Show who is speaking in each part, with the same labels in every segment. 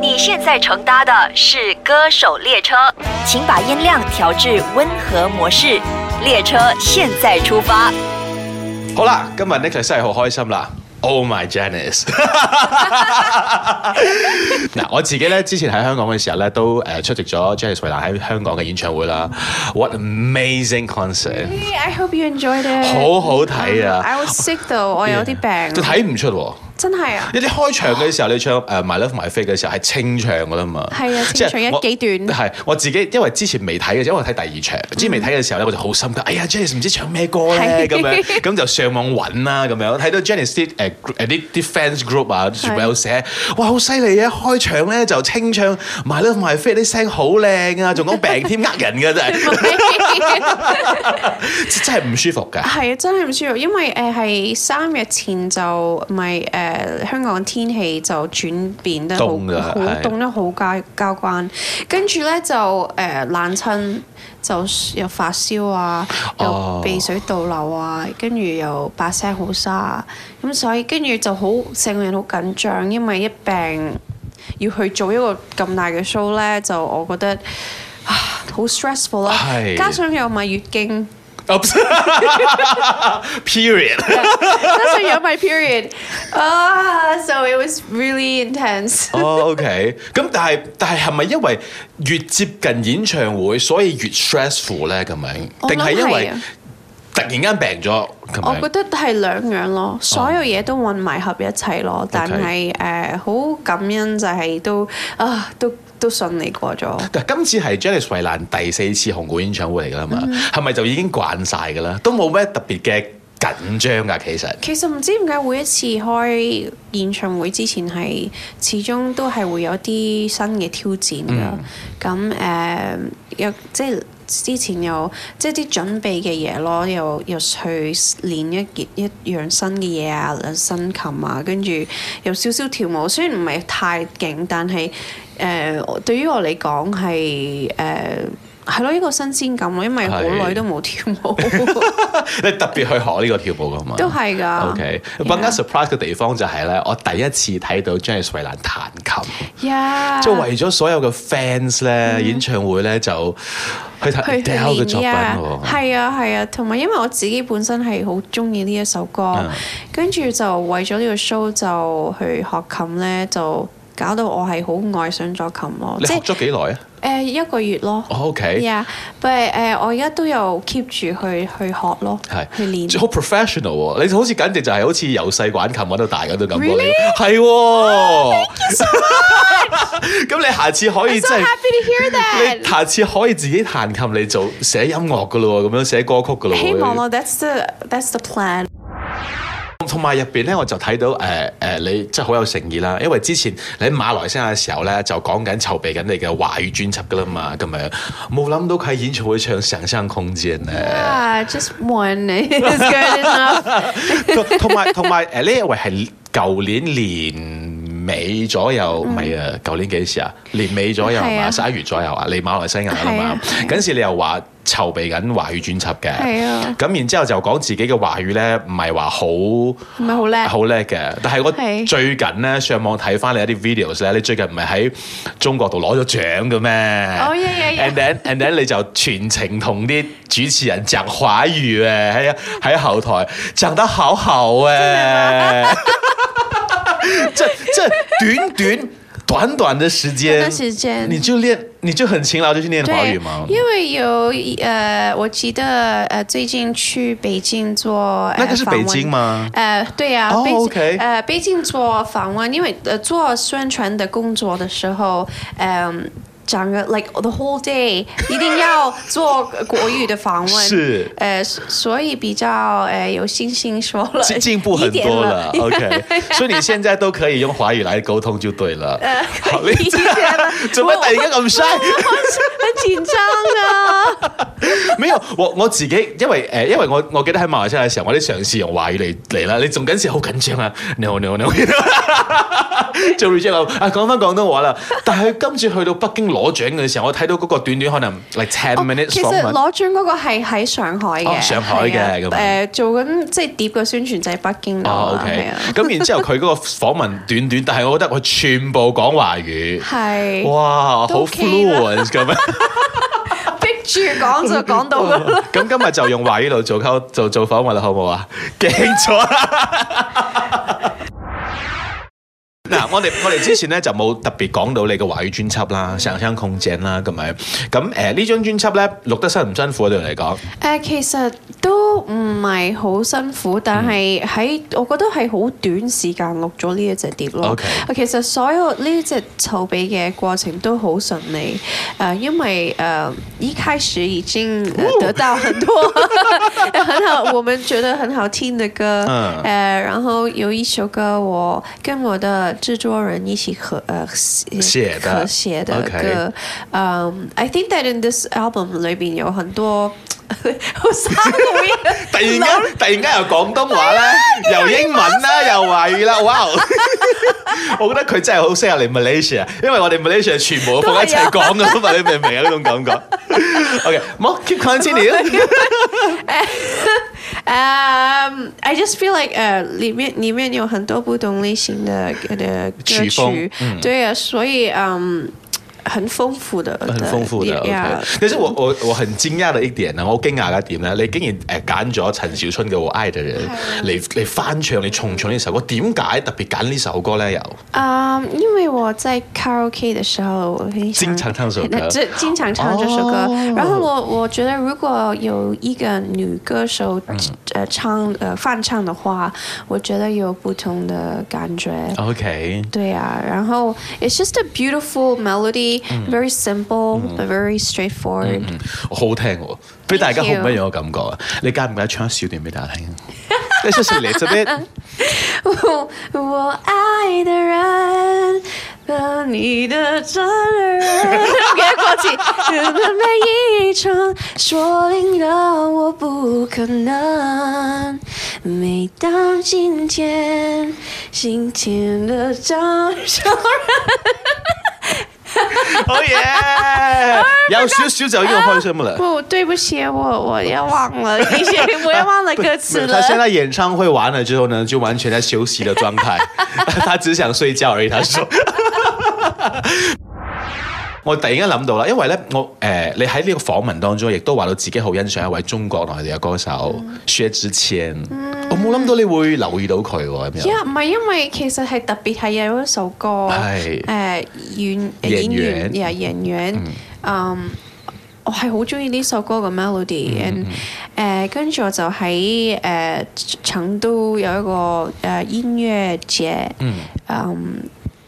Speaker 1: 你现在乘搭的是歌手列车，请把音量调至温和模式。列车现在出发。
Speaker 2: 好啦，今日 Nicholas 真係好開心啦。Oh my Janice！嗱，我自己咧之前喺香港嘅時候咧，都誒出席咗 Janice 維蘭喺香港嘅演唱會啦。What amazing concert！
Speaker 3: Hey, I hope you enjoyed it。 Um,
Speaker 2: 好好睇啊
Speaker 3: I was sick though，我有啲
Speaker 2: 就
Speaker 3: 病。啊
Speaker 2: 睇唔出喎。
Speaker 3: 真係 啊！
Speaker 2: 一啲開場嘅時候，你唱誒 My Love My Fate 嘅時候係清唱噶啦嘛，
Speaker 3: 係啊
Speaker 2: 即係
Speaker 3: 清唱一
Speaker 2: 我
Speaker 3: 幾段嗯
Speaker 2: 係我自己，因為之前未睇嘅，因為我睇第二場，之前未睇嘅時候咧，我就好心急，哎呀 Janice 唔知唱咩歌咧
Speaker 3: 係
Speaker 2: 咁樣，咁就上網揾啦咁樣，睇到 Janice 啲誒誒啲啲 fans group 啊，全部有寫，哇好犀利啊！開場咧就清唱 My Love My Fate 啲聲好 靚啊，仲講病添，呃人㗎真係，真係唔舒服㗎。
Speaker 3: 係啊，真係唔舒服，因為誒係三日前就咪誒香港天氣就轉變得好
Speaker 2: 凍㗎
Speaker 3: 好
Speaker 2: 係
Speaker 3: 凍得好交交關，跟住咧就誒冷親，就又發燒啊，
Speaker 2: 哦
Speaker 3: 又鼻水倒流啊，跟住又把聲好沙啊，咁所以跟住就好成個人好緊張，因為一病要去做一個咁大嘅 show 咧，就我覺得。啊好 stressful 啦，
Speaker 2: 係
Speaker 3: 加上又咪月經。
Speaker 2: Period。
Speaker 3: That's a my period. Ah, so it was really intense.
Speaker 2: 哦，OK，咁但係但係係咪因為越接近演唱會，所以越 stressful 咧咁樣？
Speaker 3: 我諗
Speaker 2: 定係因為
Speaker 3: 係啊
Speaker 2: 突然間病咗咁
Speaker 3: 我覺
Speaker 2: 樣？
Speaker 3: 得係兩樣咯，所有嘢都混埋合一齊咯。但係誒，好感恩就係都啊，都都順利過咗。
Speaker 2: 但今次係 Janice 維蘭第四次紅館演唱會嚟㗎啦嘛，
Speaker 3: 嗯
Speaker 2: 係咪、就已經慣晒㗎啦？都冇咩特別嘅緊張㗎，其實。
Speaker 3: 其實唔知點解每一次開演唱會之前係始終都係會有啲新嘅挑戰㗎。
Speaker 2: 嗯
Speaker 3: 咁誒、有即係之前有即係啲準備嘅嘢咯，又又去練一件一樣新嘅嘢啊，新琴啊，跟住有少少跳舞，雖然唔係太勁，但係誒、我對於我嚟講係誒係咯一個新鮮感咯，因為好耐都冇跳 舞，
Speaker 2: 你特別去學呢個跳舞㗎嘛？
Speaker 3: 都係㗎。
Speaker 2: OK，更加
Speaker 3: Yeah
Speaker 2: surprise 嘅地方就係咧，我第一次睇到 Janice 維蘭彈琴。
Speaker 3: Yeah，
Speaker 2: 即係為咗所有嘅 fans 咧，演唱會咧就去睇
Speaker 3: 嗯去
Speaker 2: Adele 嘅
Speaker 3: 去
Speaker 2: 作品
Speaker 3: 練啊
Speaker 2: 喎。
Speaker 3: 係啊係啊，同埋因為我自己本身係好中意呢一首歌
Speaker 2: 嗯，
Speaker 3: 跟住就為咗呢個 show 就去學琴咧，就搞到我係好愛上咗琴咯，
Speaker 2: 你
Speaker 3: 即
Speaker 2: 學
Speaker 3: 係
Speaker 2: 咗幾耐啊
Speaker 3: 誒一個月咯。
Speaker 2: 哦？OK，
Speaker 3: Yeah，不過誒我而家都有 keep 住去去學咯，去
Speaker 2: 係好
Speaker 3: 練。
Speaker 2: professional 喎！你好似簡直就係好似由細玩琴玩到大嗰種感覺
Speaker 3: Really？
Speaker 2: 嚟，係喎。 咁你下次可以即
Speaker 3: I'm so
Speaker 2: 係
Speaker 3: happy to hear
Speaker 2: 你
Speaker 3: that。
Speaker 2: 下次可以自己彈琴嚟做寫音樂噶咯喎，咁樣寫歌曲噶咯喎。
Speaker 3: 希望咯，That's the that's the plan。
Speaker 2: 同埋入邊咧，我就睇到誒誒、呃呃你真係好有誠意啦。因為之前你喺馬來西亞嘅時候咧，就講緊籌備緊你嘅華語專輯噶啦嘛，咁樣冇諗到佢喺演唱會唱《想象空間》咧。
Speaker 3: Yeah, just one is good enough。
Speaker 2: 同同埋同埋誒呢一位係舊年年尾左右，唔係啊，舊年幾時啊？年尾左右係
Speaker 3: 係
Speaker 2: 嘛？
Speaker 3: 啊
Speaker 2: 十一月左右啊，嚟馬來西亞啦
Speaker 3: 係
Speaker 2: 嘛
Speaker 3: 啊係啊。
Speaker 2: 嗰陣時你又話籌備緊華語專輯嘅，
Speaker 3: 係啊，
Speaker 2: 咁然之後就講自己嘅華語咧，唔係話好。
Speaker 3: 唔係好叻。
Speaker 2: 好叻嘅，但係我
Speaker 3: 係
Speaker 2: 最近咧上網睇翻你一啲 videos 咧，你最近唔係喺中國度攞咗獎嘅咩？
Speaker 3: 哦耶耶耶
Speaker 2: And then and then 你就全程同啲主持人講華語誒，喺喺後台講得好好啊誒， 即即短短短短的時
Speaker 3: 短
Speaker 2: 間，
Speaker 3: 短時間
Speaker 2: 你就練你就很勤勞就去練華
Speaker 3: 对
Speaker 2: 語嘛，。
Speaker 3: 因为有呃，我记得呃，最近去北京做、呃、
Speaker 2: 那个是北京
Speaker 3: 访问？
Speaker 2: 吗？
Speaker 3: 呃，对呀、
Speaker 2: 哦
Speaker 3: 北京
Speaker 2: OK
Speaker 3: 呃，北京做访问，因为呃做宣传的工作的时候，嗯、整个 like the whole day 一定要做国语的访问，
Speaker 2: 是
Speaker 3: 呃，所以比较呃有信心说 了，
Speaker 2: 进进步很
Speaker 3: 一点
Speaker 2: 多
Speaker 3: 了
Speaker 2: 了，，OK，所以你现在都可以用华语来沟通就对了。
Speaker 3: 呃，
Speaker 2: 好，
Speaker 3: 可以一点了
Speaker 2: 怎么
Speaker 3: 我
Speaker 2: 突然间咁 shy？
Speaker 3: 很紧张啊。
Speaker 2: 没有，我我自己因為誒、呃因為我我記得喺馬來西亞嘅時候，我啲嘗試用華語嚟嚟啦，你仲緊時好緊張啊！No no no， 做 reject 啊，講翻廣東話啦。但係佢今次去到北京攞獎嘅時候，我睇到嗰個短短可能 like ten
Speaker 3: 哦
Speaker 2: minutes
Speaker 3: 其
Speaker 2: 訪
Speaker 3: 實
Speaker 2: 問。
Speaker 3: 攞獎嗰個係喺上海
Speaker 2: 哦
Speaker 3: 嘅，
Speaker 2: 上海嘅
Speaker 3: 係啊
Speaker 2: 咁
Speaker 3: 誒做緊即係碟嘅宣傳就係北京度
Speaker 2: 哦
Speaker 3: 啊，係
Speaker 2: ，OK
Speaker 3: 啊，。
Speaker 2: 咁然之後佢嗰個訪問短短，但係我覺得佢全部講華語，
Speaker 3: 係
Speaker 2: 哇，
Speaker 3: 都
Speaker 2: 好
Speaker 3: OK 啦
Speaker 2: fluent 咁樣。
Speaker 3: 逼住講就講到 㗎啦，
Speaker 2: 咁今日就用華語度做溝做做訪問啦，好唔好啊？ 驚咗啦！ 嗱，我哋我哋之前咧就冇特別講到你嘅華語專輯啦，《上香控正》啦，咁樣咁誒呢張專輯咧錄得辛唔辛苦啊？對你嚟講，
Speaker 3: 誒呃其實都唔係好辛苦，但係
Speaker 2: 嗯
Speaker 3: 喺我覺得係好短時間錄咗呢一隻碟咯。啊
Speaker 2: OK
Speaker 3: 其實所有呢隻籌備嘅過程都好順利，誒、因為誒、呃一開始已經呃
Speaker 2: 哦
Speaker 3: 得到很多 很好，我們覺得很好聽的歌，
Speaker 2: 嗯
Speaker 3: 呃，然後有一首歌我跟我的製作人一起合呃寫
Speaker 2: 寫的
Speaker 3: 合寫的
Speaker 2: OK
Speaker 3: 歌，嗯，I think that in this album 裏邊有很多 好生活嘅
Speaker 2: 突然間突然間又廣東話啦，又英文啦，又華語啦，哇！我覺得佢真係好適合嚟 Malaysia，因為我哋 Malaysia 全部放一齊講噶嘛，你明唔明啊？呢種感覺。OK，冇 keep continue。
Speaker 3: Um, I just feel like 呃，里面里面有很多不同类型的的歌
Speaker 2: 曲风
Speaker 3: 曲，对啊，所以嗯，很丰富的，
Speaker 2: 很丰富的。
Speaker 3: yeah
Speaker 2: OK，但是我我我很惊讶的一點啊，我好驚訝嘅一點咧，你竟然誒揀咗陳小春嘅《我愛的人》嚟嚟翻唱，你重唱呢首歌，點解特別揀呢首歌咧？又
Speaker 3: 嗯，Um, 因为我在卡拉 OK 的时候，我很
Speaker 2: 经常唱这首 歌
Speaker 3: 这经常唱这首歌。
Speaker 2: 哦
Speaker 3: 然后我我觉得，如果有一个女歌手呃唱呃翻唱的话，我觉得有不同的感觉。
Speaker 2: OK，
Speaker 3: 对啊，然后 it's just a beautiful melody, very simple but very straightforward.
Speaker 2: 嗯，好聽喎，俾大家好
Speaker 3: Thank
Speaker 2: 唔
Speaker 3: you
Speaker 2: 一樣嘅感覺啊！你介唔介意唱一小段俾大 家聽？你出嚟做咩？
Speaker 3: 我爱的人，和你的真人， 别过去，人们每一场说定的我不可能。每当今天，今天的掌声。Oh,
Speaker 2: 好嘢！ 有少少就已經好開心噶啦。
Speaker 3: 不，哦对不起，我我要忘了，已 经我要忘了歌词
Speaker 2: 没有
Speaker 3: 了
Speaker 2: 他。现在演唱会完了之后呢，就完全在休息的状态， 他只想睡觉而已。他说。 我突然間諗到啦，因為咧，我誒、呃你喺呢個訪問當中，亦都話到自己好欣賞一位中國內地嘅歌手薛之謙，我冇諗到你會留意到佢喎咁樣。
Speaker 3: 呀，唔係嗯因為其實係特別係有一首 歌，
Speaker 2: 係
Speaker 3: 誒呃演
Speaker 2: 演
Speaker 3: 演
Speaker 2: 員
Speaker 3: 員呀演員，嗯，我係好中意呢首歌嘅
Speaker 2: 嗯
Speaker 3: melody，and 誒跟住我就喺誒成都有一個誒音樂節，嗯，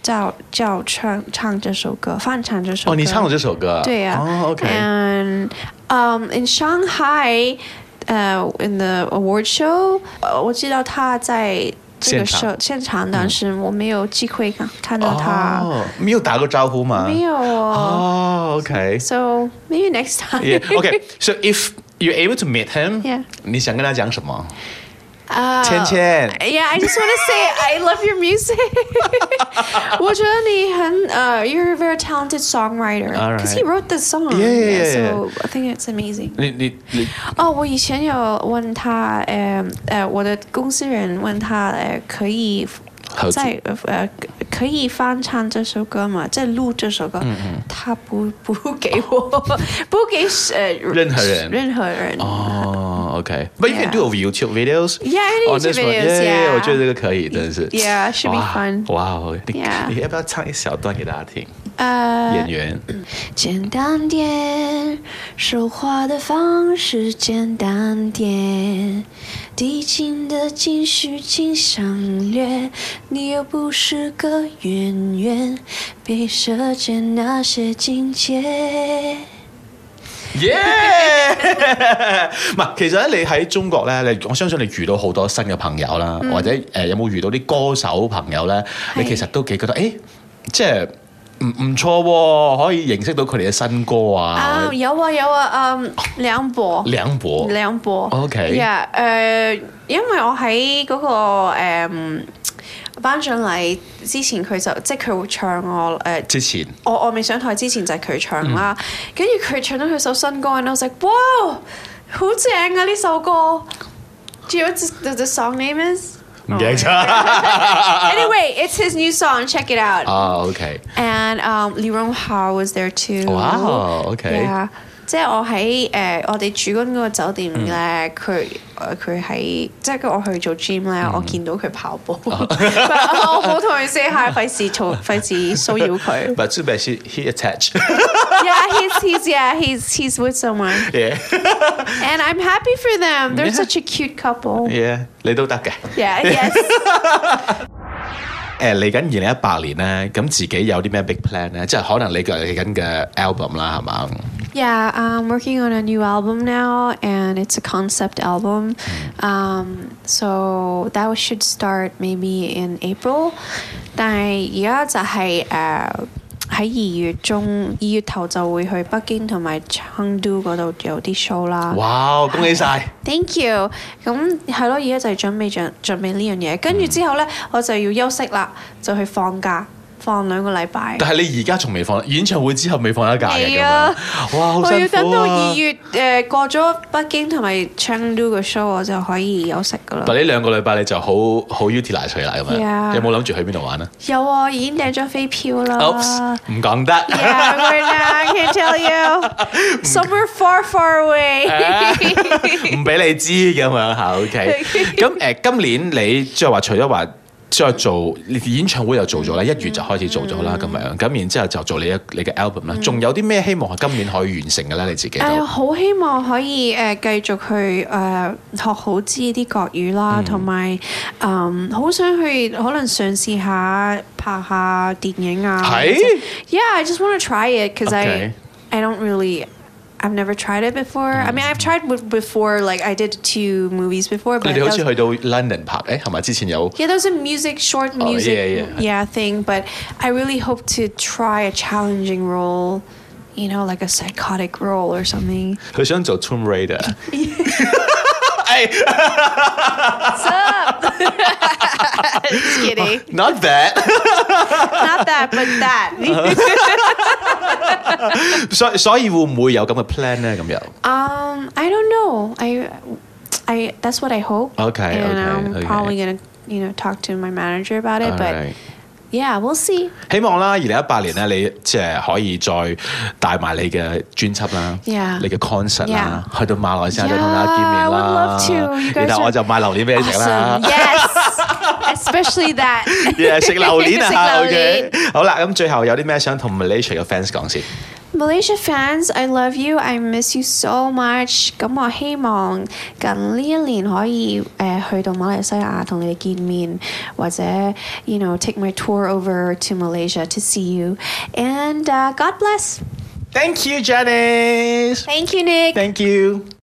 Speaker 3: 就就唱唱這首歌，翻唱這首歌。
Speaker 2: 哦，你唱過這首歌？
Speaker 3: 对呀、
Speaker 2: 哦，OK。
Speaker 3: And um in Shanghai, uh in the award show，呃，我知道他在这个
Speaker 2: 现
Speaker 3: show
Speaker 2: 场
Speaker 3: 现场，但是我没有机会看看到呃他，
Speaker 2: 嗯哦，沒有打過招呼嗎？
Speaker 3: 没有。哦、
Speaker 2: 哦，OK。
Speaker 3: So maybe next time.
Speaker 2: oh. Yeah, okay. So if you're able to meet him,
Speaker 3: Yeah.
Speaker 2: 你想跟他講什麼？
Speaker 3: 啊
Speaker 2: 芊芊
Speaker 3: Uh, Yeah, I just want to say I love your music. 我觉得你很呃、y o u r e a very talented songwriter.
Speaker 2: All
Speaker 3: Because
Speaker 2: right.
Speaker 3: he wrote the song.
Speaker 2: Yeah, yeah, yeah,
Speaker 3: So I think it's amazing.
Speaker 2: 你你 你
Speaker 3: 哦，我以前有问他，呃呃，我的公司人问他，呃，可以
Speaker 2: 合作
Speaker 3: 在呃可以翻唱这首歌吗？在录这首歌，他不不给我，不给呃
Speaker 2: 任何人
Speaker 3: 任何人。
Speaker 2: 哦，OK。But you can
Speaker 3: Yeah.
Speaker 2: do YouTube videos.
Speaker 3: Yeah, I do
Speaker 2: on this
Speaker 3: YouTube
Speaker 2: one.
Speaker 3: videos,
Speaker 2: Yeah,
Speaker 3: yeah.
Speaker 2: 我觉得这个可以，真的是。
Speaker 3: Yeah, should be
Speaker 2: 哇
Speaker 3: fun.
Speaker 2: 哇哦，你
Speaker 3: Yeah.
Speaker 2: 你要不要唱一小段给大家听？
Speaker 3: 呃，
Speaker 2: 演员，
Speaker 3: 简单点，说话的方式简单点，递进的情绪请省略。你又不是个演员，别设限那些境界。
Speaker 2: 耶！唔係，其實咧，你喺中國咧，你我相信你遇到好多新嘅朋友啦，或者誒有冇遇到啲歌手朋友咧？你其實都幾覺得誒，即係唔唔錯喎，可以認識到佢哋嘅新歌啊
Speaker 3: 啊，。有啊有啊，嗯，梁博，
Speaker 2: 梁博
Speaker 3: 梁博
Speaker 2: OK
Speaker 3: 呀，誒，因為我喺嗰個誒。
Speaker 4: 頒獎禮之前佢就即係佢會唱我誒。呃
Speaker 2: 之前
Speaker 4: 我我未上台之前就係佢唱啦，跟住佢唱到佢首新歌，然後我就哇，好正啊呢首歌。Do you know what the, the song name is?
Speaker 2: 唔記得 啊
Speaker 4: Oh.
Speaker 2: 咗。
Speaker 4: Anyway, it's his new song. Check it out.
Speaker 2: 啊，OK，
Speaker 4: And um, Lee Rong Hao was there too.
Speaker 2: Wow, okay.
Speaker 4: 哦 Yeah. 即係我喺誒、呃我哋住緊嗰個酒店咧，佢呃佢喺即係我去做 gym 咧，我見到佢跑步， 我冇同佢 say hi，費事 嘈，費事騷擾佢。
Speaker 2: But too bad she he attached.
Speaker 4: yeah, he's he's yeah, he's he's with someone,
Speaker 2: Yeah,
Speaker 4: and I'm happy for them. They're
Speaker 2: Yeah.
Speaker 4: such a cute couple.
Speaker 2: yeah，你都得嘅。
Speaker 4: Yeah, yes.
Speaker 2: 誒嚟緊二零一八年咧，咁自己有啲咩 big plan 咧？即係可能你嚟緊嘅 album 啦，係嘛？
Speaker 4: yeah, I'm working on a new album now, and it's a concept album. Um, so that should start maybe in April. 但係而家就係誒喺二月中二月頭就會去北京同埋成都嗰度有啲 show 啦。
Speaker 2: 哇！恭喜晒！
Speaker 4: Thank you。咁係咯，而家就係準備準準備呢樣嘢，跟住之後呢，我就要休息啦，就去放假，放兩個禮拜。
Speaker 2: 但係你而家仲未放演唱會之後未放得假嘅咁
Speaker 4: 係啊
Speaker 2: 樣，哇！好
Speaker 4: 我要
Speaker 2: 辛苦
Speaker 4: 等到
Speaker 2: 啊
Speaker 4: 二！月誒、呃、過咗北京同埋 Chengdu 嘅 show，我就可以休息噶啦
Speaker 2: 但。呢兩個禮拜你就好好 utilize 佢啦咁樣，
Speaker 4: Yeah 啊
Speaker 2: 有冇諗住去邊度玩啊
Speaker 4: 有啊，已經訂咗飛票啦。
Speaker 2: ？Oops，唔講得。
Speaker 4: Yeah, we're not. I can tell you. Somewhere far, far away.
Speaker 2: 唔俾你知咁樣嚇，OK。咁誒，今年你即係話除咗話即係做演唱會又做咗啦，一
Speaker 4: 嗯
Speaker 2: 月就開始做咗啦咁樣，咁然之後就做你一你嘅 album 啦。仲有啲咩希望啊係今年可以完成嘅咧？你自己
Speaker 4: 誒
Speaker 2: 都
Speaker 4: 嗯哎好啊希望可以誒、呃、繼續去誒、呃、學好知啲國語啦，同埋誒好想去可能嘗試下拍下電影啊。
Speaker 2: 係
Speaker 4: 或者 Yeah, I just want to try it because
Speaker 2: Okay.
Speaker 4: I I don't really. I've never tried it before. I mean, I've tried w- before, like I did two movies before,
Speaker 2: 你
Speaker 4: but
Speaker 2: 哋好
Speaker 4: that
Speaker 2: 似
Speaker 4: was-
Speaker 2: 去到 London 拍，誒係咪之前有？
Speaker 4: yeah, there's a music short
Speaker 2: Oh,
Speaker 4: music
Speaker 2: yeah, yeah.
Speaker 4: thing, but I really hope to try a challenging role, you know, like a psychotic role or something.
Speaker 2: 佢想做 Tomb Raider。誒哎
Speaker 4: Just kidding.
Speaker 2: ，not that。
Speaker 4: Not that, but
Speaker 2: Uh-huh.
Speaker 4: that.
Speaker 2: 所所以會唔會有咁嘅 plan 咧？咁又
Speaker 4: um, I don't know. I, I. That's what I hope.
Speaker 2: Okay,
Speaker 4: And
Speaker 2: okay,
Speaker 4: I'm
Speaker 2: okay.
Speaker 4: probably gonna, you know, talk to my manager about it. but
Speaker 2: Alright.
Speaker 4: yeah, we'll see.
Speaker 2: 希望啦，二零一八年咧，你即係可以再帶埋你嘅專輯啦
Speaker 4: Yeah.
Speaker 2: 你嘅 concert 啦去到馬來西亞再同大家見面
Speaker 4: Yeah, I
Speaker 2: 啦
Speaker 4: would love to. You guys
Speaker 2: 然後我就買榴蓮俾你食啦
Speaker 4: Awesome. Yes. Especially that.
Speaker 2: ，Yeah，食榴蓮啊
Speaker 4: 食榴
Speaker 2: ，OK，好啦，咁最後有啲咩想同 Malaysia 嘅 fans 講先？
Speaker 4: Malaysia fans, I love you. I miss you so much. 咁我希望近呢一年可以誒、呃去到馬來西亞同你哋見面，或者 you know take my tour over to Malaysia to see you. And、uh, God bless.
Speaker 2: Thank you, Janice.
Speaker 4: Thank you, Nick.
Speaker 2: Thank you.